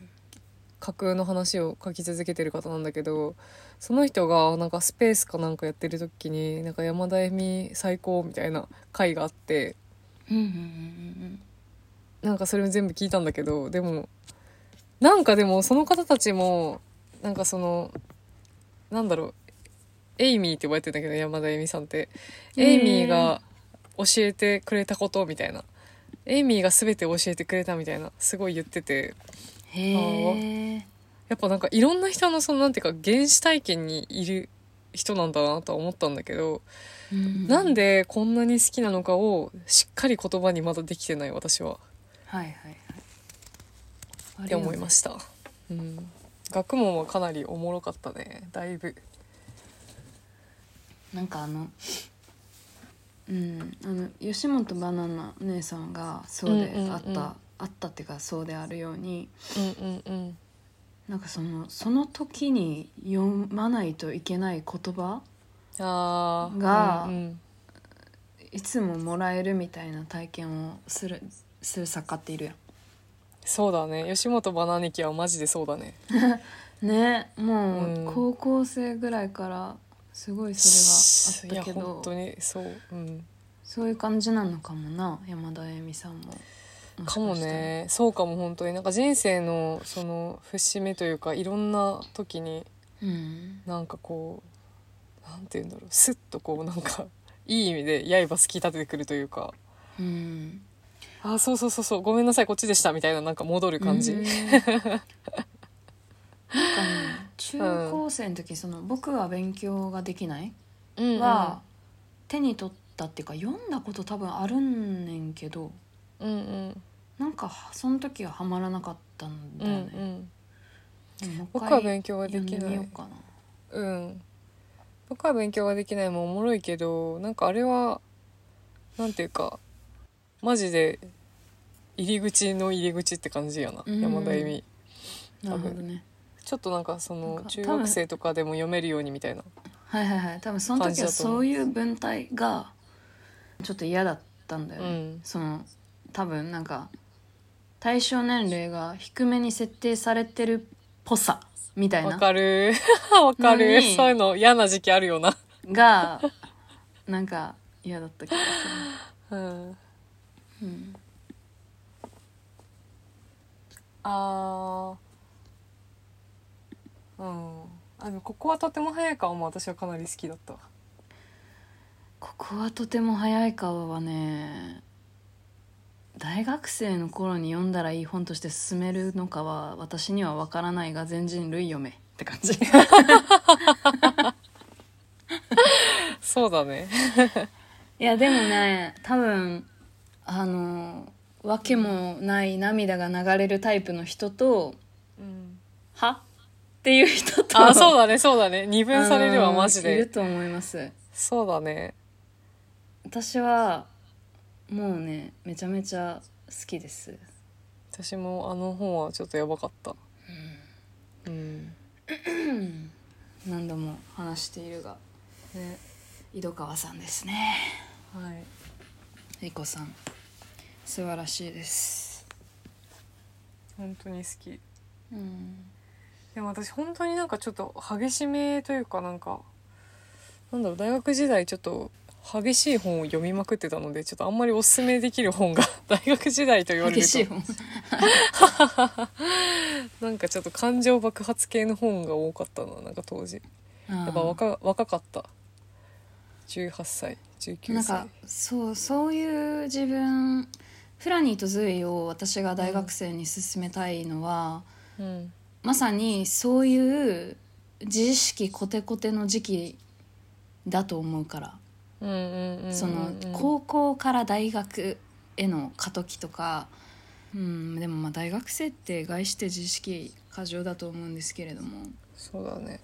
架空の話を書き続けてる方なんだけどその人がなんかスペースかなんかやってる時になんか山田恵美最高みたいな回があって
うんうんうん
なんかそれも全部聞いたんだけどでもなんかでもその方たちもなんかそのなんだろうエイミーって呼ばれてんだけど山田恵美さんって
へー
エイミーが教えてくれたことみたいなエイミーが全て教えてくれたみたいなすごい言ってて
へえ
やっぱなんかいろんな人のそのなんていうか原始体験にいる人なんだなとは思ったんだけど、なん
で
でこんなに好きなのかをしっかり言葉にまだできてない私は
はいはいはいあ
っ
れ
て
よね
思いました、うん、学問はかなりおもろかったねだいぶ
なんかあのうんあの吉本ばなな姉さんがそうで
うんうんうん
あった、あったっていうかそうであるように
うんうんうん
なんかそのその時に読まないといけない言葉
あー
が
うん
いつももらえるみたいな体験をするする作家っているや
そうだね吉本バナニキはマジでそうだね
んねも
うん
う高校生ぐらいからすごいそれがあったけ
いや
ど
本当にそう、うん、
そういう感じなのかもな山田恵美さんもし
か
したら
もねそうかも本当になんか人生のその節目というかいろんな時に
うん
なんかこうなんて言うんだろうスッとこうなんか いい意味で刃突き立ててくるというか
うん
あそうそうそうそうごめんなさいこっちでしたみたいななんか戻る感じ、
うんなんかね中高生の時、その僕は勉強ができない
うんうん
は、手に取ったっていうか読んだこと多分あるんねんけど
うんうん
なんかその時はハマらなかったんだ
うんう
よね、
ん
でももう一
僕
回
は勉強がで
読ん
き
で
な
みよ
いう
かな
うん僕は勉強ができないもおもろいけどなんかあれはなんていうかマジで入り口の入り口って感じやな、
うん
山田恵美
なるほどね
ちょっとなんかそ
な
の
んか
中学生とかでも読めるようにみたいな
はいはいはい多分その
感じ
時
だ
は
と思う
そういう文体がちょっと嫌だったんだよね、
うん
その多分なんか対象年齢が低めに設定されてるっぽさみたい
わ
な
かる わかる
何
そういうの嫌な時期あるよな、
がなんか嫌だった気が
うん、
する、うん、
あーうんあのここはとても早いかも私はかなり好きだったわ
ここはとても早い川はね大学生の頃に読んだらいい本として進めるのかは私には分からないが全人類読めって感 じ
そうだね
いやでもね多分あの訳もない涙が流れるタイプの人と
うん
「は?」っていう人と
あそうだねそうだね二分される
あ
わ
の
マジ
いる
で
と思います
そうだね
私はもうねめちゃめちゃ好きです
私もあの本はちょっとやばかったうん、
何度も話しているが
ね
井戸川さんですね
はい
英子さん素晴らしいです
本当に好き
うん
でも私本当になんかちょっと激しめというかなんかなんだろう大学時代ちょっと激しい本を読みまくってたのでちょっとあんまりおすすめできる本が 大学時代と言われる
激しい
と
本
なんかちょっと感情爆発系の本が多かったななんか当時や
や
っぱ若若かった18歳19
なん
歳
かそうそういう自分フラニーとズイを私が大学生に勧めたいのは、
うん
まさにそういう自意識コテコテの時期だと思うから、
うんうんうんうんうん
その高校から大学への過渡期とか、うん、でもまあ大学生って概して自意識過剰だと思うんですけれども
そうだね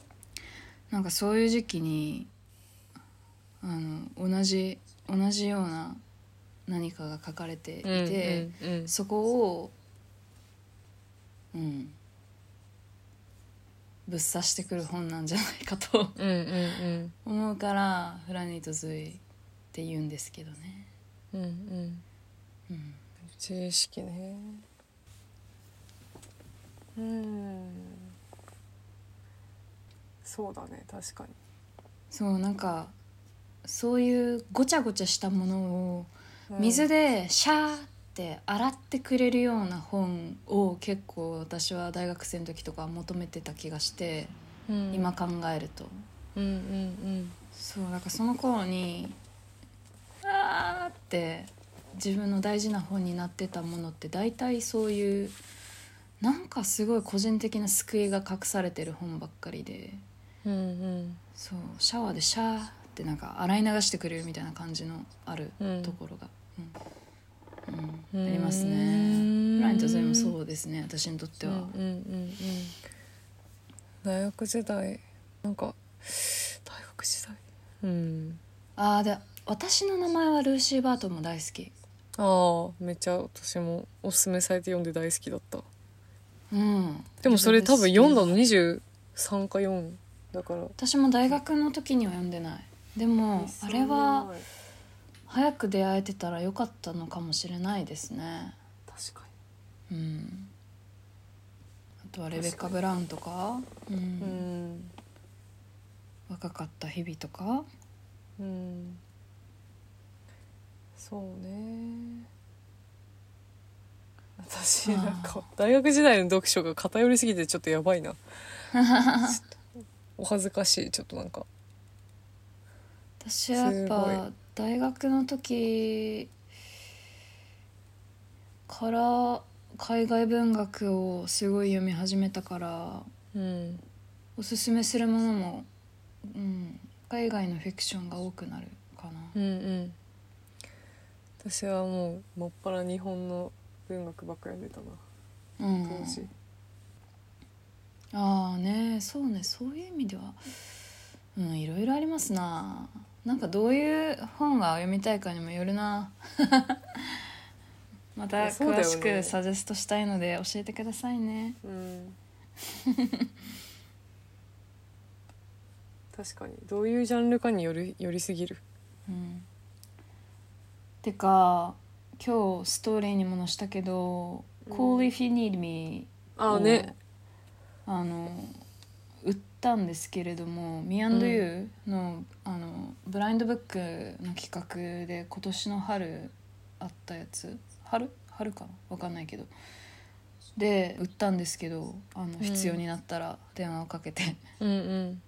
なんかそういう時期にあの同じ同じような何かが書かれていて、
うんうんうん
そこを、うん、ぶっ刺してくる本なんじゃないかと
うんうん
思うから「フラニーとズイ」って言うんですけどね。
うんうんうん
うん
知識ねうんそうだね確かに
そうなんかそういうごちゃごちゃしたものを水
で
でシャーって洗ってくれるような本を結構私は大学生の時とか求めてた気がして、今考えると
うんうん
そうだからその頃にあーって自分の大事な本になってたものって大体そういうなんかすごい個人的な救いが隠されてる本ばっかりで
うんうん
そうシャワーでシャーってなんか洗い流してくれるみたいな感じのある
うん
ところが、うん
う
うん
ん
あります
う
ね
ん
フラインとゼイもそうですね私にとっては、
うんうんうんうん大学時代なんか大学時代うん
ああで私の名前はルーシー・バートンも大好き
ああめっちゃ私もおすすめされて読んで大好きだった
うん
でもそれ多分読んだの23か4だから
私も大学の時には読んでないでもあれは早く出会えてたら良かったのかもしれないですね
確か
うんあとはレベッカ・ブラウンとか、うん
にうん
若かった日々とか
うんそうね私
あー
なんか大学時代の読書が偏りすぎてちょっとやばいな ちょっとお恥ずかしいちょっとなんか
私はやっ
すご
ぱ大学の時から海外文学をすごい読み始めたから
うん
おすすめするものも、うん、海外のフィクションが多くなるかな。
うんうん私はもうもっぱら日本の文学ばっかり読んでたな
うん、
当時、
ああねそうねそういう意味ではうんいろいろありますななんかどういう本が読みたいかにもよるな また
そうだよ
詳
ね
しくサジェストしたいので教えてくださいね
うん、確かにどういうジャンルかによるよりすぎる
うんてか今日ストーリーにも載したけど「
うん
Call If You Need Me
あ
を」
あね
あの売ったんですけれども「Me&You の」あのブラインドブックの企画で今年の春あったやつ春春かなわかんないけどで売ったんですけどあの
ん
必要になったら電話をかけて、
うんうん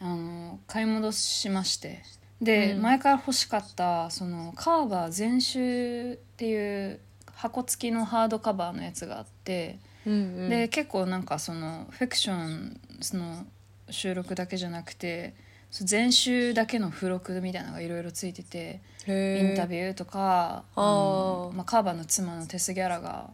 あの買い戻しましてで、
うん
前から欲しかったそのカーバー全集っていう箱付きのハードカバーのやつがあって、
うんうん
で結構なんかそのフィクションその収録だけじゃなくてそう全集だけの付録みたいなのがいろいろついてて、インタ
ュ
ビューとか
あー
のまあ、カーバーの妻のテス・ギャラガ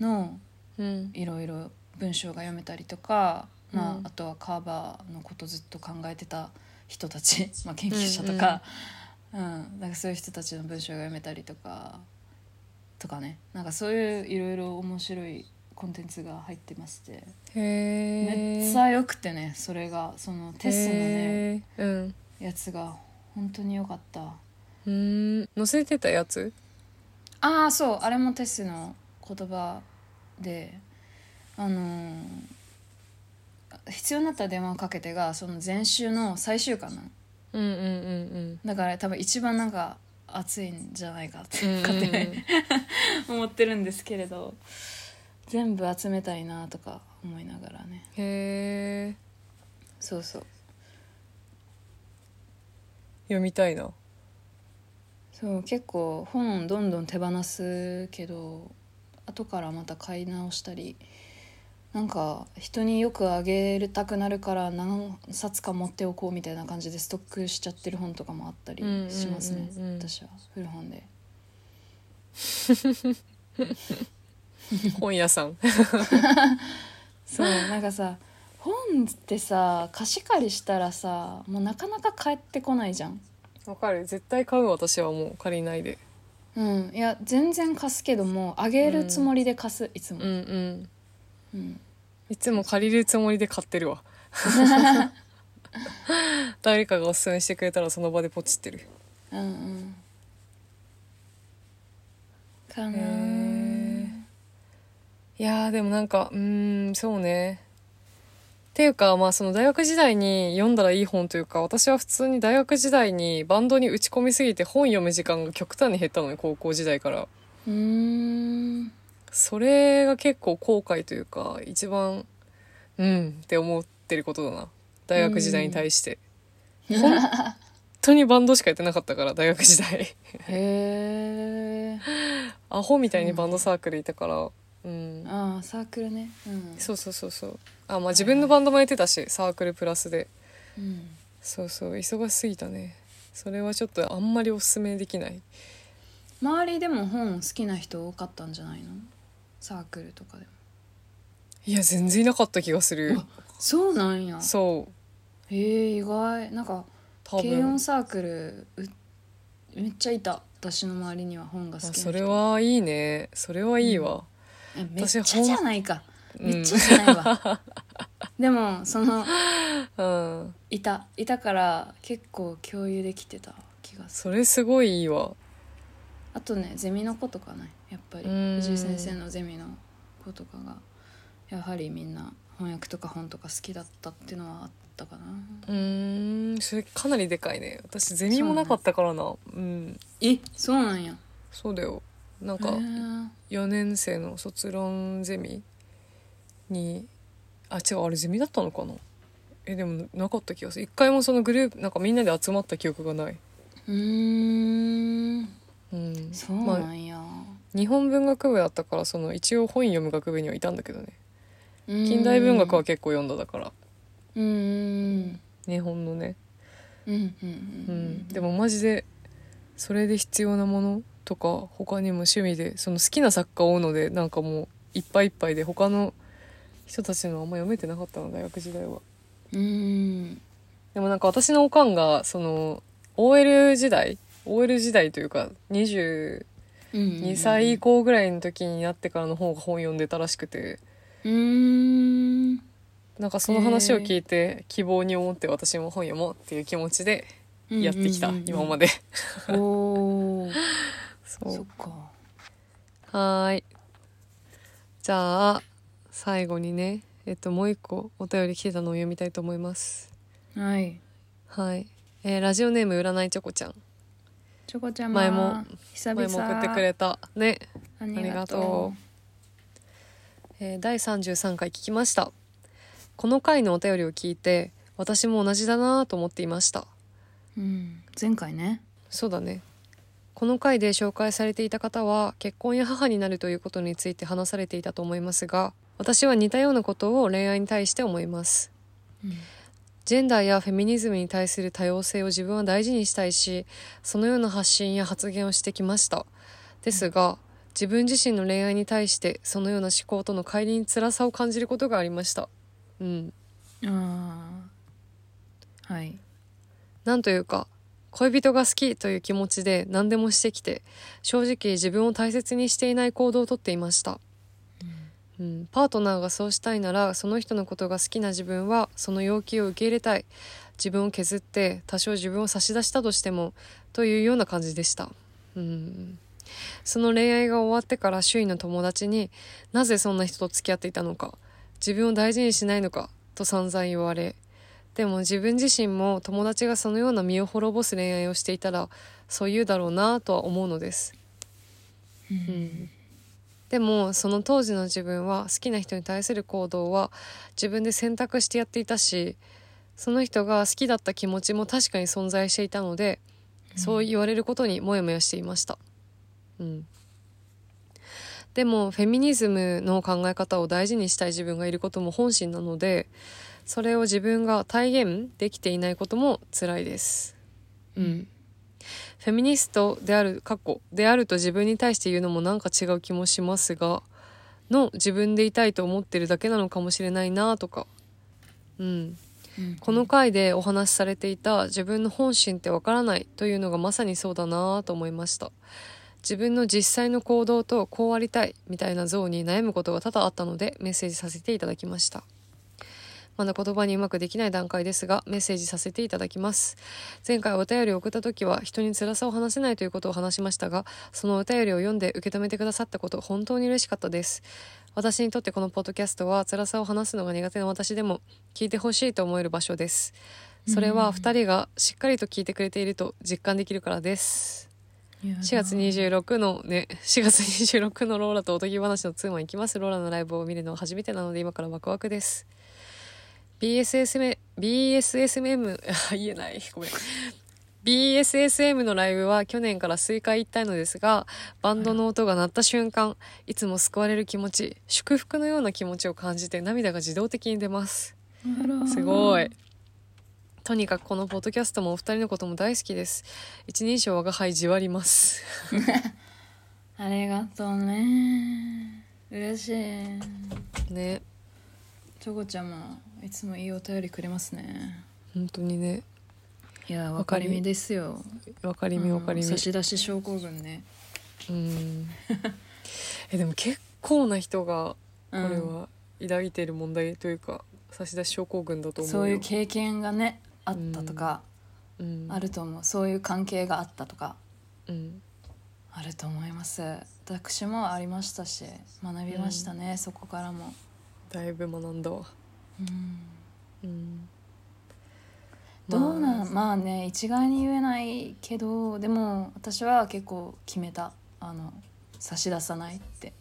ーの
ーうん
いろいろ文章が読めたりとか、まあ
うん
あとはカーバーのことずっと考えてた人た ち、まあ、研究者とか,、うんなんかそういう人たちの文章が読めたりとかとかねなんかそういういろいろ面白いコンテンツが入ってまして、
へえ
めっちゃ良くてねそれがそのテスのね
へーうん
やつが本当に良かった
うーん載せてたやつ
ああそうあれもテスの言葉であのー必要になったら電話をかけてがその前週の最終巻なの
うんうんうん
だから多分一番なんか熱いんじゃないかって
うん
勝手に、
うんうんうん
思ってるんですけれど全部集めたいなとか思いながらね
へえ
そうそう
読みたいな
そう結構本どんどん手放すけど後からまた買い直したりなんか人によくあげたくなるから何冊か持っておこうみたいな感じでストックしちゃってる本とかもあったりしますね、
うんうんうんうん
私は古本で
本屋 さん
そう なんかさ本ってさ貸し借りしたらさもうなかなか返ってこないじゃん
わかる絶対買う私はもう借りないで
うんいや全然貸すけどもあげるつもりで貸すいつも
うんうん
うん
いつも借りるつもりで買ってる わ誰かがおすすめしてくれたらその場でポチってる
うんうんかな
へーいやーでもなんかうーんそうねっていうかまあその大学時代に読んだらいい本というか私は普通に大学時代にバンドに打ち込みすぎて本読む時間が極端に減ったのね高校時代から
うーん
それが結構後悔というか一番うんって思ってることだな大学時代に対して本当にバンドしかやってなかったから大学時代
へえ
アホみたいにバンドサークルいたからうん
ああサークルねうん
そうそうそうそうあまあ自分のバンドもやってたしサークルプラスで
うん
そうそう忙しすぎたねそれはちょっとあんまりおすすめできない
周りでも本好きな人多かったんじゃないのサークルとかでも
いや全然いなかった気がする
そうなんや
そう
へえ意外なんか
多
軽
分
音サークルうめっちゃいた私の周りには本が
あ
好きな人
それはいいねそれはいいわ、
えめっ
私
ちゃ
本
じゃないか
うん
めっちゃじゃないわ、でもその
うん
いたいたから結構共有できてた気がする
それすごいいいわ
あとねゼミの子とかねやっぱり
うん
藤井先生のゼミの子とかがやはりみんな翻訳とか本とか好きだったっていうのはあったかな
うーんそれかなりでかいね私ゼミもなかったからなうん
えそうなんや
そうだよなん
へ
か
ー
4年生の卒論ゼミにあ違うあれゼミだったのかなえでもなかった気がする一回もそのグループなんかみんなで集まった記憶がないう
ーん
うん
そう
ま
な
あ
んや、
日本文学部だったからその一応本読む学部にはいたんだけどね近代文学は結構読んだだから
うんうん
日本のね
うんうんう
うんん、でもマジでそれで必要なものとか他にも趣味でその好きな作家を追うのでなんかもういっぱいいっぱいで他の人たちのあんま読めてなかったの大学時代は
うん
でもなんか私のおかんがその OL 時代 OL 時代というか22
2
歳以降ぐらいの時になってからの方が本読んでたらしくて
うーん
なんかその話を聞いて希望に思って私も本読もうっていう気持ちでやってきた今ま
で
で
おー
そう
そっか
はーい。じゃあ、最後にね、えっと、もう一個お便り来てたのを読みたいと思います。
はい
はい。えーラジオネーム、占いチョコちゃん。
チョコちゃん
前も
久々
前も送ってくれた。ね。
あ
ありがとう。えー第33回聞きました。この回のお便りを聞いて、私も同じだなぁと思っていました。
う、うん、前回ね
そうだね。この回で紹介されていた方は結婚や母になるということについて話されていたと思いますが私は似たようなことを恋愛に対して思いますジェンダーやフェミニズムに対する多様性を自分は大事にしたいし、そのような発信や発言をしてきました。ですが、自分自身の恋愛に対して、そのような思考との乖離に辛さを感じることがありました。うん。
ああはい
なんというか、恋人が好きという気持ちで何でもしてきて、正直自分を大切にしていない行動をとっていました。うん、パートナーがそうしたいならその人のことが好きな自分はその要求を受け入れたい自分を削って多少自分を差し出したとしてもというような感じでした、うん、その恋愛が終わってから周囲の友達になぜそんな人と付き合っていたのか自分を大事にしないのかと散々言われでも自分自身も友達がそのような身を滅ぼす恋愛をしていたらそう言うだろうなとは思うのです
うん
でもその当時の自分は好きな人に対する行動は自分で選択してやっていたしその人が好きだった気持ちも確かに存在していたので、そう言われることにモヤモヤしていました、うん、でもフェミニズムの考え方を大事にしたい自分がいることも本心なのでそれを自分が体現できていないことも辛いですうんフェミニストである過去であると自分に対して言うのもなんか違う気もしますがの自分でいたいと思ってるだけなのかもしれないなとか、うん、
うん
この回でお話しされていた自分の本心ってわからないというのがまさにそうだなと思いました自分の実際の行動とこうありたいみたいな像に悩むことが多々あったのでメッセージさせていただきましたまだ言葉にうまくできない段階ですがメッセージさせていただきます前回お便りを送った時は人に辛さを話せないということを話しましたがそのお便りを読んで受け止めてくださったこと本当に嬉しかったです私にとってこのポッドキャストは辛さを話すのが苦手な私でも聞いてほしいと思える場所ですそれは2人がしっかりと聞いてくれていると実感できるからです4月26のね4月26のローラとおとぎ話のツーマン行きますローラのライブを見るのは初めてなので今からワクワクです BSSM BSSM あ言えないごめん BSSM のライブは去年から数回行ったのですがバンドの音が鳴った瞬間いつも救われる気持ち祝福のような気持ちを感じて涙が自動的に出ますすごい。とにかくこのポッドキャストもお二人のことも大好きです。一人称我が輩じわります。
ありがとうね嬉しい
ね、
チョコちゃんもいつもいいお便りくれますね
本当にね、
いやわ
わ
か
か
り
り
みですよ
わかりみわかりみ。
うん差し出し症候群ね
うん。 え、でも結構な人がこ
うん
れは抱いている問題というか、差し出し症候群だと思うよ。
そういう経験がねあったとか、
うん、
あると思うそういう関係があったとか
うん。
あると思います私もありましたし学びましたね、そこからも、
だいぶ学んだわ。
うん
うん。
どうな
ま
んまあね一概に言えないけどでも私は結構決めたあの差し出さないって、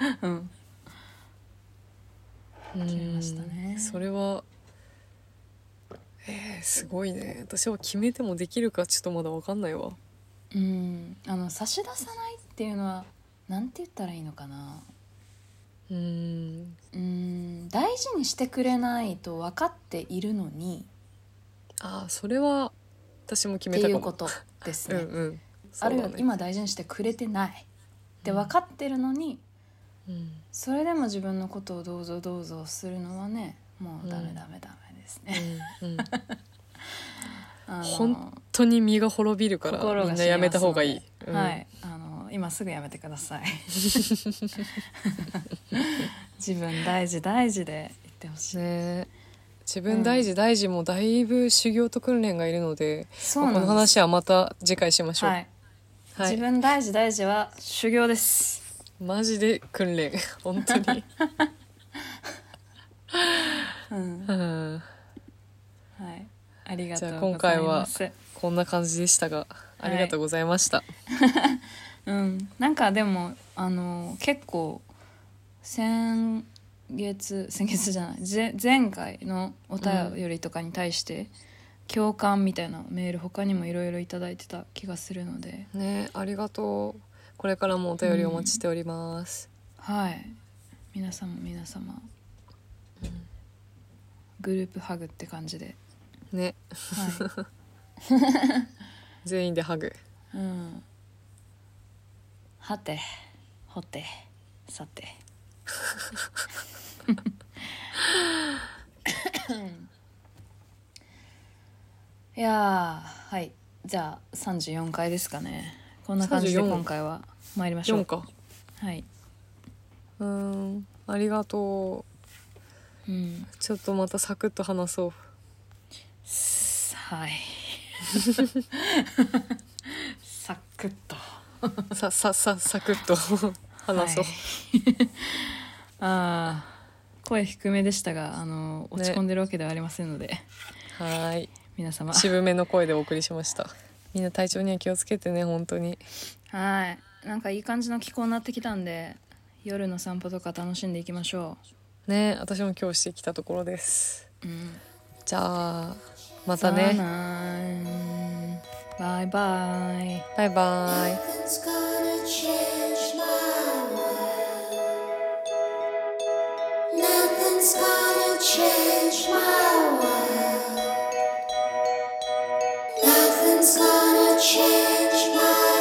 あう
う
ん
ん、
うん
決めましたね
それはえー、すごいね私は決めてもできるかちょっとまだわかんないわ
うん、あの差し出さないっていうのはなんて言ったらいいのかな
うーん
うん大事にしてくれないと分かっているのに
ああそれは私も決
って
めた
い
か
う
も
ことです
う
ね
んうん
あるいは
そうだね
今大事にしてくれてないって分かってるのに
うん
それでも自分のことをどうぞどうぞするのはねもうダメダメダメですね、
うんうん
あの
ほんとに身が滅びるから
心
み
が
んなやめた方がいい、
死にますのではいあの今すぐやめてくだ さい自分大事大事で言ってほしい、
ねえ自分大事大事もだいぶ修行と訓練がいるので、
そう
こ
な
の
んです
話はまた次回しましょう、
はい、
はい
自分大事大事は修行です
マジで訓練 本当に
うん
うん
はいありがと
じゃ
う
あ
ご
今
ざい
回
ま
は
す
こんな感じでしたが、ありがとうございました。
うん、なんかでもあの結構先月 先月じゃないぜ前回のお便りとかに対して共感みたいなメール他にもいろいろいただいてた気がするので
ね、ありがとう。これからもお便りお待ちしております。
はい皆様皆様グループハグって感じで、
ね、
は
全員でハグ。
いうん、はてほてさていやーはいじゃあ34回ですかねこんな感じで
34
今回は参りましょ
四
う
か。
はい、
うーん、ありがと
うん、
う。ちょっとまたサクッと話そう。
はいサクッと
さ、さ、さ、サクッと話そう。
はいああ声低めでしたがあの落ち込んでるわけではありませんので、
はーい。
皆様は
渋めの声でお送りしました。みんな体調には気をつけてね、本当に。
いなんかいい感じの気候になってきたんで夜の散歩とか楽しんでいきましょ
ね、私も今日してきたところです。
う、うん、
じゃあ、またね。
ねバイバイ
バイバイ。
Nothing's gonna change my world. Nothing's gonna change my world. Nothing's gonna change my